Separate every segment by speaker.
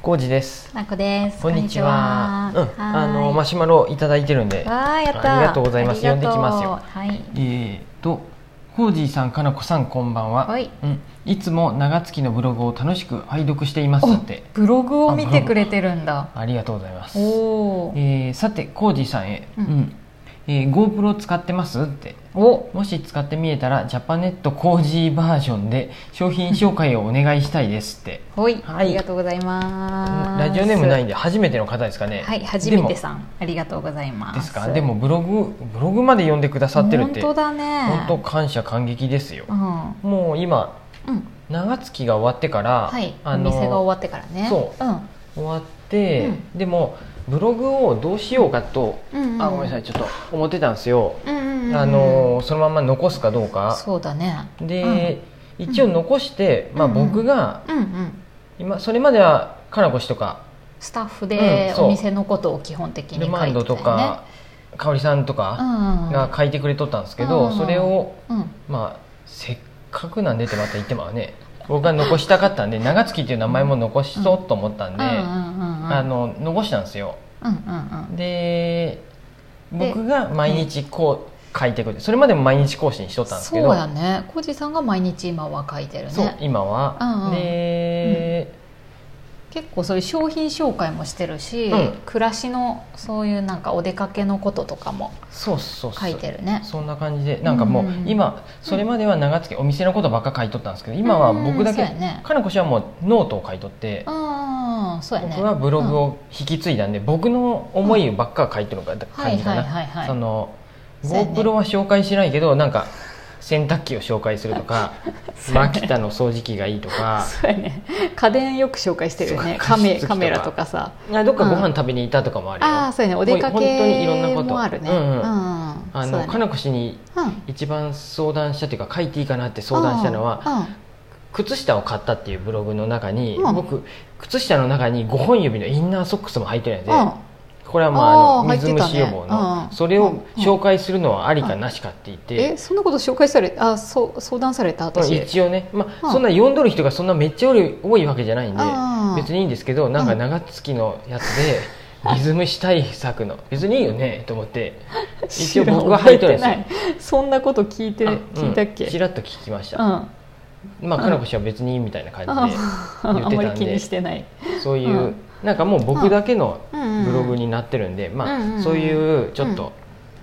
Speaker 1: コウジです。
Speaker 2: なこです。
Speaker 1: こんにちは。うん、あのマ
Speaker 2: シ
Speaker 1: シュマロいただいてるんで。
Speaker 2: わあやった。
Speaker 1: ありがとうございます
Speaker 2: ありがとう
Speaker 1: 呼んできますよ
Speaker 2: はい。
Speaker 1: えーと、コウジさん、かなこさん、こんばんは。
Speaker 2: はい
Speaker 1: うん、いつも長月のブログを楽しく拝読しています
Speaker 2: お
Speaker 1: って。
Speaker 2: ブログを見てくれてるんだ。
Speaker 1: ありがとうございます。
Speaker 2: おー
Speaker 1: えーさて、コウジさんへ。
Speaker 2: うん
Speaker 1: えー GoPro 使ってますって
Speaker 2: お。
Speaker 1: もし使ってみえたらジャパネットコージーバージョンで商品紹介をお願いしたいですって
Speaker 2: はい。
Speaker 1: はい
Speaker 2: ありがとうございます。
Speaker 1: ラジオネームない
Speaker 2: い。
Speaker 1: んで初めての方ですかね
Speaker 2: はい、初めてさん。ありがとうございます。
Speaker 1: ですかでもブログブログまで読んでくださってるって
Speaker 2: 本当だね。
Speaker 1: 本当感謝感激ですよ、もう今
Speaker 2: うん。うん。
Speaker 1: 長月が終わってから、
Speaker 2: はい。お
Speaker 1: あの
Speaker 2: 店が終わってからね。
Speaker 1: そう終わって、でもブログをどうしようかと、
Speaker 2: うん。うんうんうん。
Speaker 1: あごめんなさいちょっと思ってたんですよ、
Speaker 2: うんうんうん。
Speaker 1: あのそのまま残すかどうか
Speaker 2: そうだね。
Speaker 1: で、一応残して、まあ、
Speaker 2: うんうん
Speaker 1: 僕が
Speaker 2: うんうん。
Speaker 1: 今それまではかなこ氏とか
Speaker 2: スタッフで
Speaker 1: うんそう
Speaker 2: お店のことを基本的に書
Speaker 1: ル
Speaker 2: いて
Speaker 1: マ
Speaker 2: た
Speaker 1: ン
Speaker 2: よ
Speaker 1: ド
Speaker 2: ね。
Speaker 1: とか、かおりさんと
Speaker 2: う
Speaker 1: か
Speaker 2: んうん。
Speaker 1: が書いてくれとったんですけど、
Speaker 2: うん
Speaker 1: それを
Speaker 2: うん。
Speaker 1: まあせっかくなんでってまた言ってまうね僕が残したかったんで長月っていう名前も残しそうと思ったんで、あ
Speaker 2: あ
Speaker 1: の残したんですよ
Speaker 2: うんうん
Speaker 1: で僕が毎日こう書いてくるそれまでも毎日更新しと
Speaker 2: う
Speaker 1: ったん
Speaker 2: ん、
Speaker 1: ですけ
Speaker 2: そう
Speaker 1: ど
Speaker 2: やねコージーさんが毎日今は書いてる
Speaker 1: そう
Speaker 2: ね
Speaker 1: 今は、
Speaker 2: うんうん
Speaker 1: で、
Speaker 2: 結構そういう商品紹介もしてるし、
Speaker 1: うん
Speaker 2: 暮らしのそういうなんかお出かけのこととかも
Speaker 1: そうそうそう
Speaker 2: 書いてるね
Speaker 1: そんな感じでなんかもう
Speaker 2: うんうん
Speaker 1: 今それまでは長月お店のことばっか書いとったんですけど今は僕だけ、
Speaker 2: うんそうやね
Speaker 1: かなこ氏はもうノートを書いとって、
Speaker 2: うんそうやね
Speaker 1: 僕はブログを引き継いだんで、僕の思いばっか書いてるか感じか
Speaker 2: はいはいはいは
Speaker 1: ない。
Speaker 2: い
Speaker 1: その
Speaker 2: そうやね
Speaker 1: GoPro は紹介しないけどなんか洗濯機を紹介するとか
Speaker 2: そうや
Speaker 1: マ
Speaker 2: ね
Speaker 1: キタの掃除機がいいとか
Speaker 2: そうやね家電よく紹介してるよ
Speaker 1: そ
Speaker 2: ね
Speaker 1: う
Speaker 2: カメ
Speaker 1: 加湿器とか
Speaker 2: カメラとかさ
Speaker 1: あどっかご飯食べに行ったとかもあるよ。
Speaker 2: ああそうやねお出か
Speaker 1: もう本当にいろんな
Speaker 2: け
Speaker 1: こと
Speaker 2: もあるね
Speaker 1: うんうん
Speaker 2: あ
Speaker 1: あのかなこ氏に
Speaker 2: うん
Speaker 1: 一番相談したというか書いていいかなって相談したのは、靴下を買ったっていうブログの中に、
Speaker 2: うん
Speaker 1: 僕靴下の中に5本指のインナーソックスも入ってるんで、
Speaker 2: うんうん
Speaker 1: これはまああの
Speaker 2: あー
Speaker 1: 水虫予防
Speaker 2: 入ってた
Speaker 1: の、
Speaker 2: ねうん
Speaker 1: それを紹介するのはありかなしかって言って、
Speaker 2: えそんなこと紹介されあそう相談された
Speaker 1: まあ
Speaker 2: 私
Speaker 1: 一応ね、まあ
Speaker 2: うん
Speaker 1: そんな読んどる人がそんなめっちゃおる多いわけじゃないんで、
Speaker 2: うん
Speaker 1: 別にいいんですけどなんか長月のやつ で。リズム対策の別にいいよねと思って 一応僕が入っとるんですよ
Speaker 2: よそんなこと聞いて
Speaker 1: あ
Speaker 2: 聞いたっ
Speaker 1: うん
Speaker 2: け
Speaker 1: ちらっと聞きました、
Speaker 2: うん
Speaker 1: まあかなこ氏は別にいいみたいな感
Speaker 2: あ
Speaker 1: じで言
Speaker 2: あ
Speaker 1: ってたんで
Speaker 2: まり気にしてない
Speaker 1: そういう、
Speaker 2: うん
Speaker 1: なんかもう僕だけの
Speaker 2: うん
Speaker 1: ブログになってるんで、まあ、
Speaker 2: うんうんうん
Speaker 1: そういうちょっと、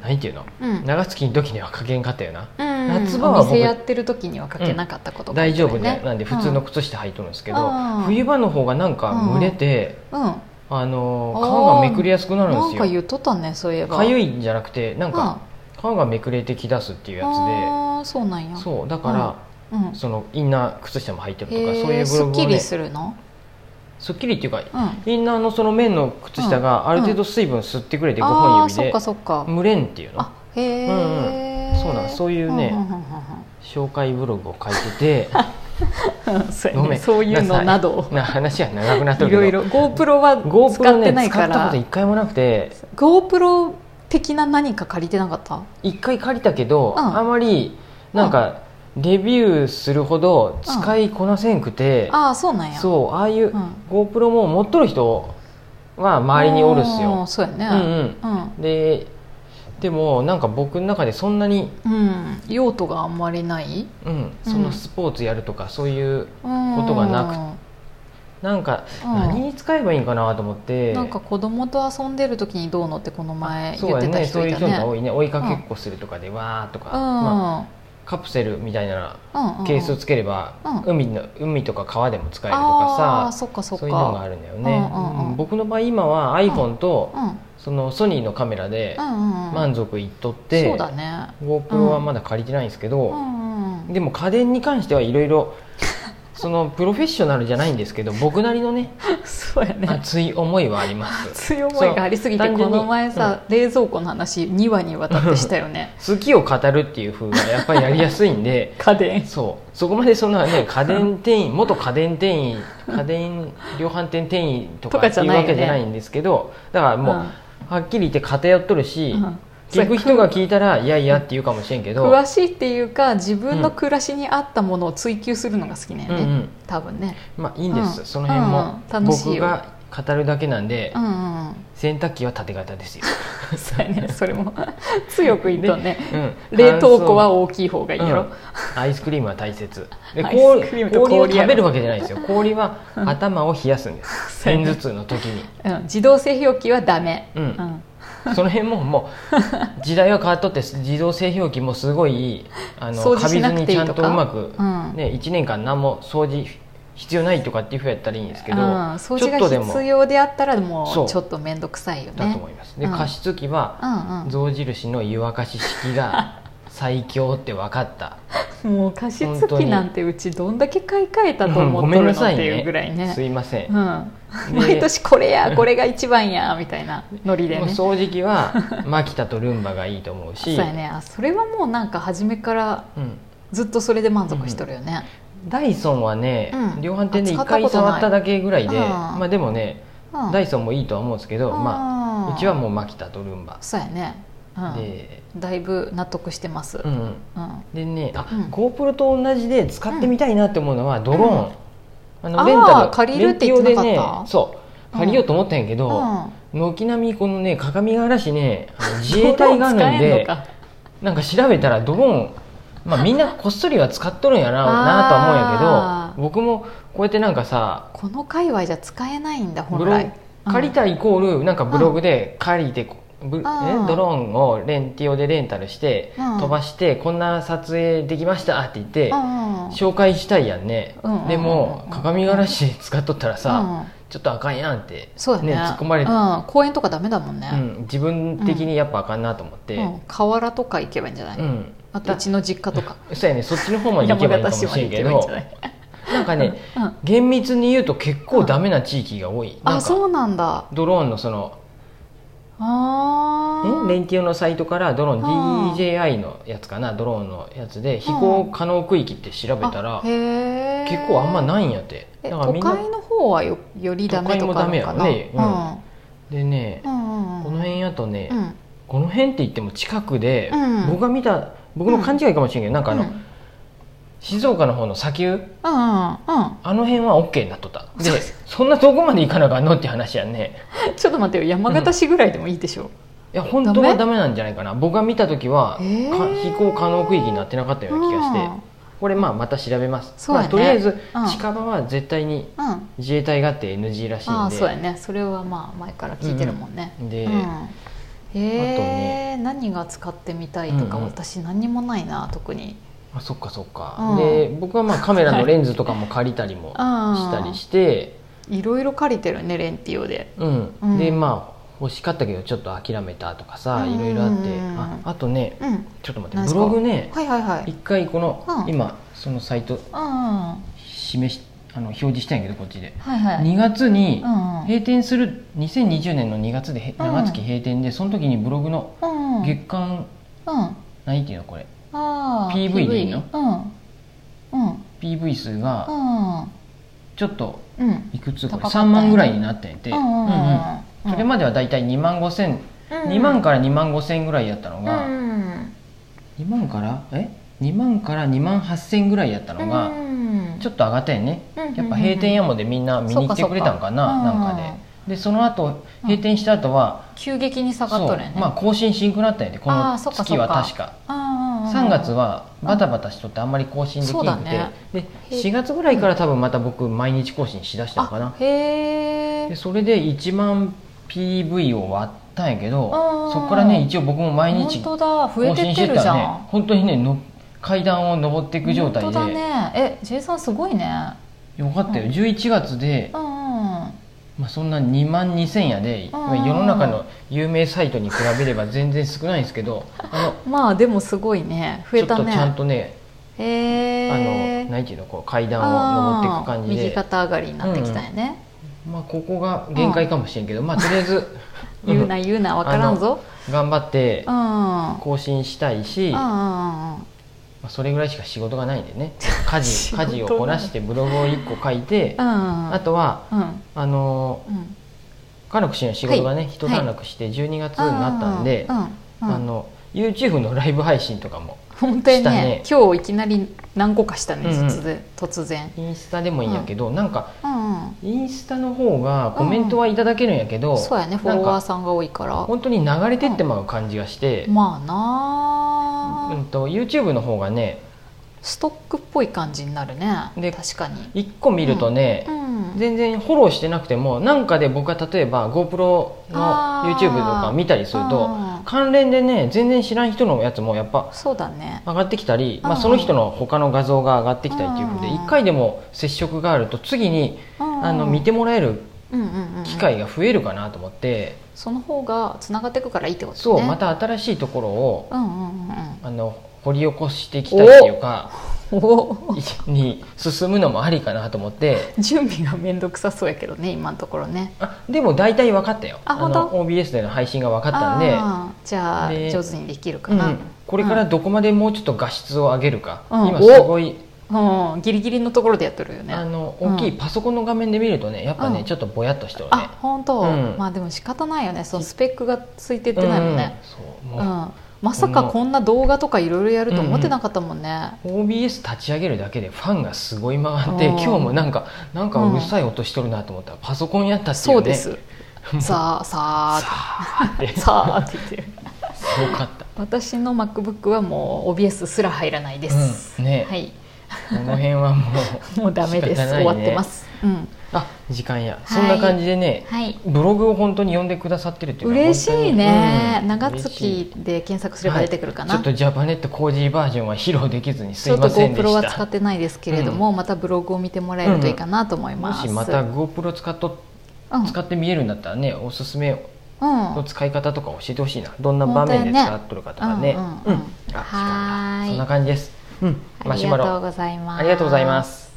Speaker 1: なんていうの
Speaker 2: うん
Speaker 1: 長月の時には書けんかったよな、夏
Speaker 2: 夏
Speaker 1: 場
Speaker 2: 場
Speaker 1: は
Speaker 2: は
Speaker 1: 僕
Speaker 2: お店やってる時にはかけなかったこと
Speaker 1: 大丈夫
Speaker 2: ね
Speaker 1: ねなんで普通の靴下履いとるんですけど、
Speaker 2: うん
Speaker 1: 冬場の方がなんか蒸れて、
Speaker 2: うんうん
Speaker 1: あの
Speaker 2: あ
Speaker 1: ー
Speaker 2: ー
Speaker 1: 皮がめくれやすくなる
Speaker 2: なんん
Speaker 1: です
Speaker 2: か言
Speaker 1: よ
Speaker 2: っとったねそういえば
Speaker 1: かゆ
Speaker 2: い
Speaker 1: いんじゃなくてなんか皮がめくれてきだすっていうやつ
Speaker 2: ああそうなんや
Speaker 1: でそうだから、
Speaker 2: うん
Speaker 1: そのインナー靴下も履いてるとか、
Speaker 2: へー
Speaker 1: そういうブログ
Speaker 2: すっ
Speaker 1: を
Speaker 2: きり
Speaker 1: ね
Speaker 2: するの
Speaker 1: すっきりっていうか
Speaker 2: うん
Speaker 1: インナーのその面の靴下がある程度水分吸ってくれて5本
Speaker 2: あー
Speaker 1: 指
Speaker 2: そっ
Speaker 1: で
Speaker 2: かそっか
Speaker 1: 蒸れんっていうの
Speaker 2: あへえ
Speaker 1: そうなんそういうね紹介ブログを書いてて ごめん
Speaker 2: そういうのなど
Speaker 1: な話は長くなっ
Speaker 2: い
Speaker 1: てるけど
Speaker 2: ろいろ GoPro は
Speaker 1: GoPro
Speaker 2: 使ってな
Speaker 1: ね
Speaker 2: い
Speaker 1: 使
Speaker 2: か
Speaker 1: ったこ
Speaker 2: ら
Speaker 1: と一回もなくて
Speaker 2: GoPro 的な何か借りてなかった
Speaker 1: 一回借りたけど、
Speaker 2: うん
Speaker 1: あまりなんかレビューするほど使いこなせんくて、
Speaker 2: ああそうなんやう
Speaker 1: そうああいう、
Speaker 2: うん
Speaker 1: GoPro も持っとる人は周りにおるっすよ、
Speaker 2: そうやねうん、うん
Speaker 1: ででもなんか僕の中でそんなに、
Speaker 2: 用途があんまりない
Speaker 1: うん、そのスポーツやるとかそういう
Speaker 2: こと
Speaker 1: がななんか
Speaker 2: うん
Speaker 1: 何に使えばいいんかなと思って、
Speaker 2: なんか子供と遊んでる時にどうのってこの前
Speaker 1: そう
Speaker 2: 言っ
Speaker 1: や
Speaker 2: てた
Speaker 1: ね
Speaker 2: 人
Speaker 1: そう
Speaker 2: い
Speaker 1: いう
Speaker 2: た
Speaker 1: 人
Speaker 2: ね
Speaker 1: が多いね追いかけっこするとかでわーとか、
Speaker 2: うん
Speaker 1: まあ、カプセルみたいな
Speaker 2: うんうん
Speaker 1: ケースをつければ、
Speaker 2: う
Speaker 1: 海の海とか川でも使えると
Speaker 2: あ
Speaker 1: か
Speaker 2: あ
Speaker 1: さ
Speaker 2: そっかそっか
Speaker 1: そういうのがあるんだよね、
Speaker 2: うんうんうん
Speaker 1: うん僕の場合今は iPhone と、
Speaker 2: うんうん
Speaker 1: そのソニーのカメラで
Speaker 2: うんうん
Speaker 1: 満足いっとって、
Speaker 2: そうだね
Speaker 1: GoPro はまだ借りてないんですけど、
Speaker 2: うんうん
Speaker 1: でも家電に関してはいろいろそのプロフェッショナルじゃないんです けど僕なりのね
Speaker 2: そうやね
Speaker 1: 熱い思いはあります
Speaker 2: 強い思いがありすぎて
Speaker 1: そう
Speaker 2: この前さ、冷蔵庫の話2話にわたってした よね
Speaker 1: 好きを語るっていう風がやっぱりやりやすいん で
Speaker 2: 家電
Speaker 1: そうそこまでそんなね家電店員 元家電店員家電量販店店員とか
Speaker 2: とか
Speaker 1: って
Speaker 2: じゃ
Speaker 1: いう
Speaker 2: ない
Speaker 1: わ
Speaker 2: よね
Speaker 1: けじゃないんですけどだからもう、
Speaker 2: うん
Speaker 1: はっきり言って偏っとるし、
Speaker 2: うん
Speaker 1: 聞く人が聞いたら「いやいや」って言うかもしれんけど
Speaker 2: 詳しいっていうか自分の暮らしに合ったものを追求するのが好きなんよね、
Speaker 1: うんうん
Speaker 2: 多分ね
Speaker 1: まあいいんです、
Speaker 2: うん
Speaker 1: その辺も、
Speaker 2: うん楽しい
Speaker 1: 僕
Speaker 2: よ
Speaker 1: が語るだけなんで、
Speaker 2: うんうんうん
Speaker 1: 洗濯機は縦型ですよ、
Speaker 2: そうやね それも強く言うとね
Speaker 1: うん
Speaker 2: 冷凍庫は大きい方がいいやろ、
Speaker 1: うんアイスクリームは大切で
Speaker 2: アイスクリ
Speaker 1: 氷
Speaker 2: ームと
Speaker 1: 氷を
Speaker 2: 氷や
Speaker 1: 食
Speaker 2: ろ
Speaker 1: べるわけじゃないですよ氷は頭を冷やすんです
Speaker 2: そうや
Speaker 1: 片
Speaker 2: ね
Speaker 1: 頭痛の時に、
Speaker 2: うん自動製氷機はダメ、
Speaker 1: う
Speaker 2: うん
Speaker 1: ん、その辺ももう時代は変わっとって自動製氷機もすごいあの
Speaker 2: 掃
Speaker 1: カ
Speaker 2: 除し
Speaker 1: ビ
Speaker 2: な
Speaker 1: ず
Speaker 2: く
Speaker 1: に
Speaker 2: てい
Speaker 1: ち
Speaker 2: い
Speaker 1: ゃ
Speaker 2: とか
Speaker 1: んとうまく、
Speaker 2: うん
Speaker 1: ね、1年間何も掃除必要ないとかっていうふうやったらいいんですけど、
Speaker 2: うん
Speaker 1: ちょ
Speaker 2: 掃
Speaker 1: っ
Speaker 2: 除
Speaker 1: とで
Speaker 2: が
Speaker 1: も
Speaker 2: 必要であったら
Speaker 1: そ
Speaker 2: も
Speaker 1: う
Speaker 2: うちょっと面倒くさいよね
Speaker 1: だと思いますで、
Speaker 2: うん
Speaker 1: 加湿器は
Speaker 2: うん
Speaker 1: 象印の湯沸かし式 が最強って分かった
Speaker 2: うん、もう加湿
Speaker 1: 本当
Speaker 2: 器
Speaker 1: に
Speaker 2: なんてうちどんだけ買い替えたと思
Speaker 1: ご
Speaker 2: っ
Speaker 1: め
Speaker 2: と
Speaker 1: んな
Speaker 2: るのっ
Speaker 1: さい
Speaker 2: ていうぐらい
Speaker 1: ね
Speaker 2: ね
Speaker 1: すいません、
Speaker 2: うん、
Speaker 1: で
Speaker 2: 毎年これやこれが一番やみたいなノリで
Speaker 1: もう
Speaker 2: ね
Speaker 1: 掃除機はマキタとルンバがいいと思う
Speaker 2: そう
Speaker 1: し
Speaker 2: やねあそれはもうなんか初めから
Speaker 1: うん、
Speaker 2: ずっとそれで満足しとるよね、
Speaker 1: ダイソンはね、
Speaker 2: うん
Speaker 1: 量販店で1
Speaker 2: あ使ったことない
Speaker 1: 回触っただけぐらいで
Speaker 2: あー
Speaker 1: まあでもね、
Speaker 2: うん
Speaker 1: ダイソンもいいとは思うんですけど、まあ、
Speaker 2: あー
Speaker 1: うちはもうマキタとルンバ、
Speaker 2: そうやね、うん、
Speaker 1: で、
Speaker 2: だいぶ納得してます、
Speaker 1: うんうん、
Speaker 2: うん
Speaker 1: でねあ、
Speaker 2: うん
Speaker 1: GoPro と同じで使ってみたいなって思うのはドローン、あ
Speaker 2: あー借りるって言ってなかった
Speaker 1: レンタル用でねそう借りようと思ったんやけど、軒並みこのね鏡ヶ原市ねあの 自衛隊があるん
Speaker 2: ドローン使え
Speaker 1: で
Speaker 2: んのか
Speaker 1: なんか調べたらドローンまあみんなこっそりは使っとるんやななとは
Speaker 2: あ
Speaker 1: 思うんやけど僕もこうやってなんかさ
Speaker 2: この界隈じゃ使えないんだ
Speaker 1: ブ
Speaker 2: 本
Speaker 1: ロ
Speaker 2: 来
Speaker 1: グ借りたイコールなんかブログで借りてこブえ
Speaker 2: あー
Speaker 1: ドローンをレンティオでレンタルして
Speaker 2: うん
Speaker 1: 飛ばしてこんな撮影できましたって言って
Speaker 2: うん
Speaker 1: 紹介したいやんね、
Speaker 2: うんうんうん
Speaker 1: でも鏡がらし使っとったらさ、
Speaker 2: うん
Speaker 1: ちょっとあかんやんって
Speaker 2: そうだね
Speaker 1: 突っ込まれて、
Speaker 2: うん、公園とかダメだもんね、
Speaker 1: うん自分的にやっぱあかんなと思って、
Speaker 2: う
Speaker 1: うん
Speaker 2: ん、河原とか行けばいいんじゃない、あとうちの実家とか
Speaker 1: そうやねそっちの方まで行けばいいかもしれんけど
Speaker 2: ない、
Speaker 1: なんかね、
Speaker 2: うん、
Speaker 1: 厳密に言うと結構ダメな地域が多い、な
Speaker 2: あ
Speaker 1: んか
Speaker 2: そうなんだ
Speaker 1: ドローンのその
Speaker 2: あー
Speaker 1: えレンティオのサイトからドローン
Speaker 2: うん
Speaker 1: DJI のやつかなドローンのやつで飛行可能区域って調べたら
Speaker 2: あへー
Speaker 1: 結構あんまないんやって
Speaker 2: え
Speaker 1: だからみ
Speaker 2: 都
Speaker 1: んな
Speaker 2: 会の方はよよりダメとかあるのかな
Speaker 1: 都会もダメやろねうんでね
Speaker 2: うんうんうん
Speaker 1: この辺やとね、
Speaker 2: うん
Speaker 1: この辺って言っても近くで、
Speaker 2: うん
Speaker 1: 僕が見た僕の勘違いかもしれんけど、なんかあの、
Speaker 2: うん
Speaker 1: 静岡の方の砂丘
Speaker 2: うんうんうん
Speaker 1: あの辺は OK になっとったでそんな遠くまで行かなあかんのって話やんね
Speaker 2: ちょっと待ってよ山形市ぐらいでもいいでしょ、
Speaker 1: いや本当はダ
Speaker 2: ダ
Speaker 1: メなんじゃないかな僕が見た時は、
Speaker 2: へー
Speaker 1: か飛行可能区域になってなかったような気がして、
Speaker 2: うん
Speaker 1: これまあまた調べます、
Speaker 2: そう
Speaker 1: ま
Speaker 2: や
Speaker 1: あ、
Speaker 2: ね
Speaker 1: とりあえず
Speaker 2: うん
Speaker 1: 近場は絶対に
Speaker 2: うん
Speaker 1: 自衛隊があって NG らしいんで
Speaker 2: ああそうやねそれはまあ前から聞いてるもんね、
Speaker 1: うんで
Speaker 2: へ
Speaker 1: あとね
Speaker 2: え、何が使ってみたいとか、
Speaker 1: うんうん
Speaker 2: 私何にもないな特に
Speaker 1: あそっかそっか、
Speaker 2: うん
Speaker 1: で僕はまあカメラのレンズとかも借りたりもしたりして、
Speaker 2: いろいろ借りてるねレンティオで
Speaker 1: うん
Speaker 2: うん
Speaker 1: でまあ欲しかったけどちょっと諦めたとかさ
Speaker 2: うん
Speaker 1: いろいろあって
Speaker 2: うん
Speaker 1: ああとね
Speaker 2: うん
Speaker 1: ちょっと待っ
Speaker 2: 何
Speaker 1: て
Speaker 2: す
Speaker 1: ブ
Speaker 2: か
Speaker 1: ログね
Speaker 2: はいはいはい
Speaker 1: 一回この
Speaker 2: うん
Speaker 1: 今そのサイト
Speaker 2: うんうんうん
Speaker 1: 示しあの表示したんやけどこっちで
Speaker 2: はいはい
Speaker 1: 2月に
Speaker 2: うんうん
Speaker 1: 閉店する2020年の2月でへ
Speaker 2: うん
Speaker 1: 長月閉店でその時にブログの
Speaker 2: うんうん
Speaker 1: 月間
Speaker 2: あ
Speaker 1: 何ていうのこれ
Speaker 2: あ
Speaker 1: PV でいいの
Speaker 2: うんうん
Speaker 1: PV 数
Speaker 2: う
Speaker 1: が
Speaker 2: ん
Speaker 1: ちょっと
Speaker 2: うん
Speaker 1: いくつこれ
Speaker 2: 高かった
Speaker 1: 3万ぐらいになってて、
Speaker 2: うんうんうん
Speaker 1: それまではだいたい2万5千
Speaker 2: うん
Speaker 1: 2万から2万5千ぐらいやったの
Speaker 2: うん
Speaker 1: が、2万からえ2万から2万8千ぐらいやったのが、
Speaker 2: うん
Speaker 1: ちょっと上がったよね、
Speaker 2: うんうんうん
Speaker 1: やっぱ閉店やもんでみんな見に来てくれたんかな
Speaker 2: そうかそう
Speaker 1: な
Speaker 2: か
Speaker 1: んかで
Speaker 2: うん
Speaker 1: でその後閉店した後は、
Speaker 2: 急激に下がっ
Speaker 1: そ
Speaker 2: と
Speaker 1: う
Speaker 2: るよね
Speaker 1: まあ更新しんくなったんやでこ
Speaker 2: あ
Speaker 1: の
Speaker 2: ーそっかそっか
Speaker 1: 月は確か
Speaker 2: あ
Speaker 1: 3月
Speaker 2: は
Speaker 1: はバタバタしとってあんまり更新できな
Speaker 2: そ
Speaker 1: く
Speaker 2: う
Speaker 1: て、
Speaker 2: だね
Speaker 1: で
Speaker 2: へ
Speaker 1: 4月ぐらいから多分また僕毎日更新しだしたのかな
Speaker 2: へ
Speaker 1: で
Speaker 2: え
Speaker 1: それで1万 PV を割ったんやけど
Speaker 2: あー
Speaker 1: そこからね一応僕も毎日
Speaker 2: 本当だ増え
Speaker 1: 更
Speaker 2: て
Speaker 1: 新し
Speaker 2: っ
Speaker 1: て
Speaker 2: て
Speaker 1: た
Speaker 2: るじ
Speaker 1: ら
Speaker 2: ゃ
Speaker 1: ね
Speaker 2: ん
Speaker 1: 本当にねの階段を上っていく状態で、
Speaker 2: 本当だねえ J さんすごいね
Speaker 1: よかったよ11月で、
Speaker 2: うんうん
Speaker 1: まあ、そんな2万2000やで、まあ世の中の有名サイトに比べれば全然少ないんですけど あ
Speaker 2: まあでもすごいね増
Speaker 1: のち
Speaker 2: え
Speaker 1: ょっと
Speaker 2: た
Speaker 1: ちゃん
Speaker 2: ね
Speaker 1: とね
Speaker 2: へ
Speaker 1: あ
Speaker 2: え
Speaker 1: の何ていうのこう階段を上っていく感じ
Speaker 2: 右
Speaker 1: で、
Speaker 2: 肩上がりになってきたよね、
Speaker 1: まあ、ここが限界かもしれんけど、まあ、とりあえ ず
Speaker 2: 言うな言うな分からんぞ
Speaker 1: 頑張って
Speaker 2: うんうん
Speaker 1: 更新したいし、
Speaker 2: うんうんうん
Speaker 1: まあ、それぐらいしか 仕事がないんでね家事
Speaker 2: 仕事
Speaker 1: 家
Speaker 2: が
Speaker 1: 事をこなしてブログを1個書いて
Speaker 2: う、ん
Speaker 1: あとは
Speaker 2: うん
Speaker 1: あの
Speaker 2: うん
Speaker 1: ー、彼の仕事がね、
Speaker 2: はい
Speaker 1: 一段落して12月になったんで、
Speaker 2: うんうん
Speaker 1: あの YouTube のライブ配信とかも
Speaker 2: 本当に
Speaker 1: した
Speaker 2: ね
Speaker 1: ね
Speaker 2: 今日いきなり何個かしたね、
Speaker 1: うんうん
Speaker 2: 突然突然
Speaker 1: インスタでもいいんやけど、なんか
Speaker 2: うんうん
Speaker 1: インスタの方がコメントはいただけるんやけど、
Speaker 2: そうやねフォロワーさんが多いから
Speaker 1: 本当に流れてってまう感じがして、
Speaker 2: まあ
Speaker 1: う
Speaker 2: なあ、
Speaker 1: んと YouTube の方がね
Speaker 2: ストックっぽい感じになるね
Speaker 1: で
Speaker 2: 確かに、
Speaker 1: 1個見るとね、
Speaker 2: うん、
Speaker 1: 全然フォローしてなくてもなんかで僕は例えば GoPro の
Speaker 2: あー
Speaker 1: YouTube とか見たりすると
Speaker 2: ああ
Speaker 1: 関連でね全然知らん人のやつもやっぱ
Speaker 2: そうだね
Speaker 1: 上がってきたり、まあ、
Speaker 2: うん
Speaker 1: その人の他の画像が上がってきたりということで
Speaker 2: うん
Speaker 1: 1回でも接触があると次にあの見てもらえる機
Speaker 2: 機
Speaker 1: 会が増えるかなと思って
Speaker 2: その方がつながっていくからいいってことね
Speaker 1: そうまた新しいところを
Speaker 2: うんうんうんうん
Speaker 1: あの掘り起こしていきたいっていうか
Speaker 2: お
Speaker 1: いに進むのもありかなと思って
Speaker 2: 準備が面倒くさそうやけどね今のところね
Speaker 1: あでも大体分かったよ
Speaker 2: あ本当
Speaker 1: の OBS での配信が分かったんで。
Speaker 2: あーじゃあ
Speaker 1: で
Speaker 2: 上手にできるか
Speaker 1: う、
Speaker 2: なん
Speaker 1: これからどこまでもうちょっと画質を上げるか、
Speaker 2: うん
Speaker 1: 今すごい
Speaker 2: うん、ギリギリのところでやってるよね
Speaker 1: あの
Speaker 2: うん
Speaker 1: 大きいパソコンの画面で見るとねやっぱね、
Speaker 2: うん
Speaker 1: ちょっとぼやっとしてるね
Speaker 2: あ本当、
Speaker 1: うん
Speaker 2: まあでも仕方ないよねそのスペックがついてってないもんね、
Speaker 1: うんそ
Speaker 2: うん
Speaker 1: うも
Speaker 2: まさかこんな動画とかいろいろやると思ってなかったもんね、
Speaker 1: う OBS 立ち上げるだけでファンがすごい回って、
Speaker 2: うん
Speaker 1: 今日もなんかなんかうるさい音しとるなと思ったら、パソコンやったっていうね
Speaker 2: そ うですさあさあ
Speaker 1: さあってす
Speaker 2: さあって言ってる
Speaker 1: ごかった
Speaker 2: 私の MacBook はもう OBS すら入らないです、
Speaker 1: うんね
Speaker 2: はい
Speaker 1: この辺はもう
Speaker 2: もうダメです、
Speaker 1: 仕方ない
Speaker 2: 終
Speaker 1: ね
Speaker 2: わってます、うん、
Speaker 1: あ時間や、
Speaker 2: い
Speaker 1: そんな感じでね
Speaker 2: はい
Speaker 1: ブログを本当に読んでくださってるっていうのは
Speaker 2: 嬉しい
Speaker 1: 本当
Speaker 2: ね、
Speaker 1: にうん
Speaker 2: 長
Speaker 1: 嬉しい
Speaker 2: 月で検索すれば出てくるかな、
Speaker 1: はいちょっとジャパネットコージーバージョンは披露できずにす
Speaker 2: ちょ
Speaker 1: い
Speaker 2: っと
Speaker 1: ませんで
Speaker 2: GoPro
Speaker 1: し
Speaker 2: は使
Speaker 1: た
Speaker 2: ってないですけれども、またブログを見てもらえるといいかなと思い
Speaker 1: も
Speaker 2: ます、
Speaker 1: しまた GoPro 使っと
Speaker 2: うん、
Speaker 1: 使って見えるんだったらねおすすめ
Speaker 2: うん
Speaker 1: の使い方とか教えてほしいなどんな場面で使っとるかとかね
Speaker 2: 本当
Speaker 1: うん
Speaker 2: やねうんうんうん
Speaker 1: あ時間
Speaker 2: はー
Speaker 1: だ
Speaker 2: い
Speaker 1: そんな感じですうんマ
Speaker 2: あり
Speaker 1: シュマ
Speaker 2: がとう
Speaker 1: ロ
Speaker 2: ございます
Speaker 1: ありがとうございます